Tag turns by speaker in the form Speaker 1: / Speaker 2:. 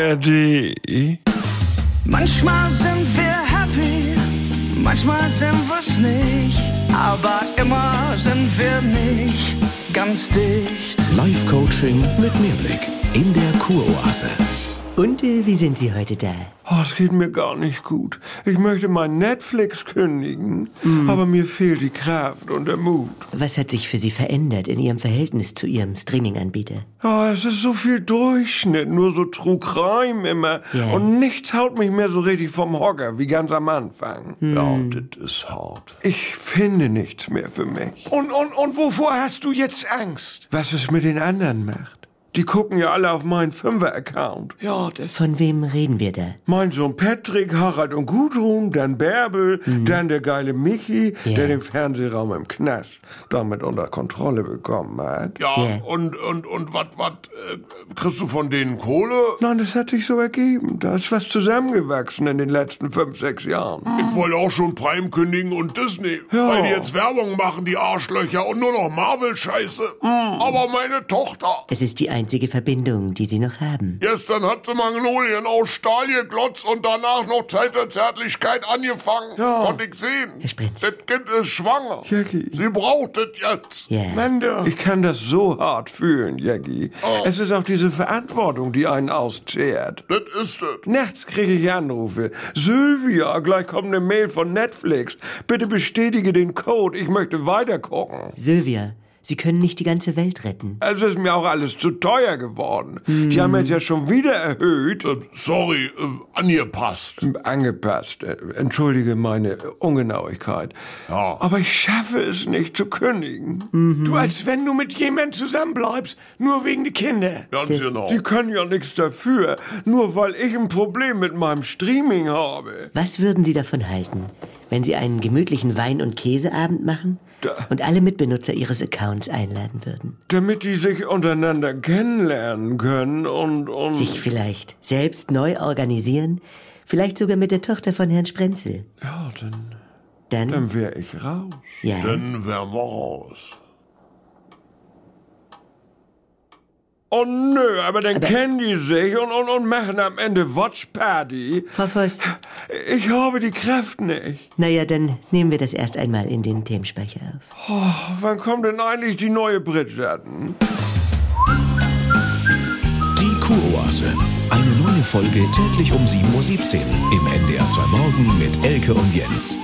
Speaker 1: ARD.
Speaker 2: Manchmal sind wir happy, manchmal sind wir's nicht, aber immer sind wir nicht ganz dicht.
Speaker 3: Live Coaching mit Mehrblick in der Kuroase.
Speaker 4: Und äh, wie sind Sie heute da?
Speaker 1: Oh, es geht mir gar nicht gut. Ich möchte mein Netflix kündigen, aber mir fehlt die Kraft und der Mut.
Speaker 4: Was hat sich für Sie verändert in Ihrem Verhältnis zu Ihrem Streaming-Anbieter?
Speaker 1: Oh, es ist so viel Durchschnitt, nur so True Crime immer.
Speaker 4: Ja.
Speaker 1: Und nichts haut mich mehr so richtig vom Hocker, wie ganz am Anfang.
Speaker 3: Ja, das ist hart.
Speaker 1: Ich finde nichts mehr für mich. Und, und, und wovor hast du jetzt Angst? Was es mit den anderen macht. Die gucken ja alle auf meinen Fünfer-Account.
Speaker 3: Ja, das.
Speaker 4: Von wem reden wir da?
Speaker 1: Mein Sohn Patrick, Harald und Gudrun, dann Bärbel, dann der geile Michi,
Speaker 4: Ja.
Speaker 1: der den Fernsehraum im Knast damit unter Kontrolle bekommen hat.
Speaker 3: Ja,
Speaker 4: Ja.
Speaker 3: und, und, und was, was, äh, kriegst du von denen Kohle?
Speaker 1: Nein, das hat sich so ergeben. Da ist was zusammengewachsen in den letzten fünf, sechs Jahren.
Speaker 3: Ich wollte auch schon Prime kündigen und Disney,
Speaker 1: Ja.
Speaker 3: weil die jetzt Werbung machen, die Arschlöcher, und nur noch Marvel-Scheiße.
Speaker 1: Mm.
Speaker 3: Aber meine Tochter,
Speaker 4: Es ist die einzige Verbindung, die Sie noch haben.
Speaker 3: gestern hat sie Magnolien aus Stahl geglotzt und danach noch Zeit der Zärtlichkeit angefangen.
Speaker 1: Ja.
Speaker 3: Konnte ich sehen.
Speaker 4: Herr Sprenz.
Speaker 3: Das Kind ist schwanger.
Speaker 1: Jackie.
Speaker 3: Sie braucht es jetzt.
Speaker 4: Ja.
Speaker 1: Mende. Ich kann das so hart fühlen, Jackie. Es ist auch diese Verantwortung, die einen auszehrt.
Speaker 3: Das ist es.
Speaker 1: Nachts kriege ich Anrufe. Sylvia, gleich kommt eine Mail von Netflix. Bitte bestätige den Code, ich möchte weitergucken.
Speaker 4: Sylvia, Sie können nicht die ganze Welt retten.
Speaker 1: Es ist mir auch alles zu teuer geworden. Die haben jetzt ja schon wieder erhöht.
Speaker 3: Äh, Sorry, äh, angepasst.
Speaker 1: Angepasst. Äh, Entschuldige meine Ungenauigkeit.
Speaker 3: Ja.
Speaker 1: Aber ich schaffe es nicht zu kündigen.
Speaker 5: Du, als wenn du mit jemandem zusammenbleibst, nur wegen der Kinder.
Speaker 3: Ganz genau.
Speaker 1: Die können ja nichts dafür, nur weil ich ein Problem mit meinem Streaming habe.
Speaker 4: Was würden Sie davon halten, wenn Sie einen gemütlichen Wein- und Käseabend machen und alle Mitbenutzer Ihres Accounts einladen würden?
Speaker 1: Damit die sich untereinander kennenlernen können und... und
Speaker 4: Sich vielleicht selbst neu organisieren? Vielleicht sogar mit der Tochter von Herrn Sprenzel?
Speaker 1: ja, dann,
Speaker 4: Dann,
Speaker 1: dann wäre ich raus.
Speaker 4: ja.
Speaker 3: Dann wären wir raus.
Speaker 1: Oh nö, aber dann kennen die sich und, und, und machen am Ende Watchparty.
Speaker 4: Frau Voss,
Speaker 1: Ich habe die Kraft nicht.
Speaker 4: naja, dann nehmen wir das erst einmal in den Themenspeicher auf.
Speaker 1: Wann kommt denn eigentlich die neue Bridgerton?
Speaker 6: Die Kuroase. Eine neue Folge täglich um 7.17 Uhr im NDR 2 Morgen mit Elke und Jens.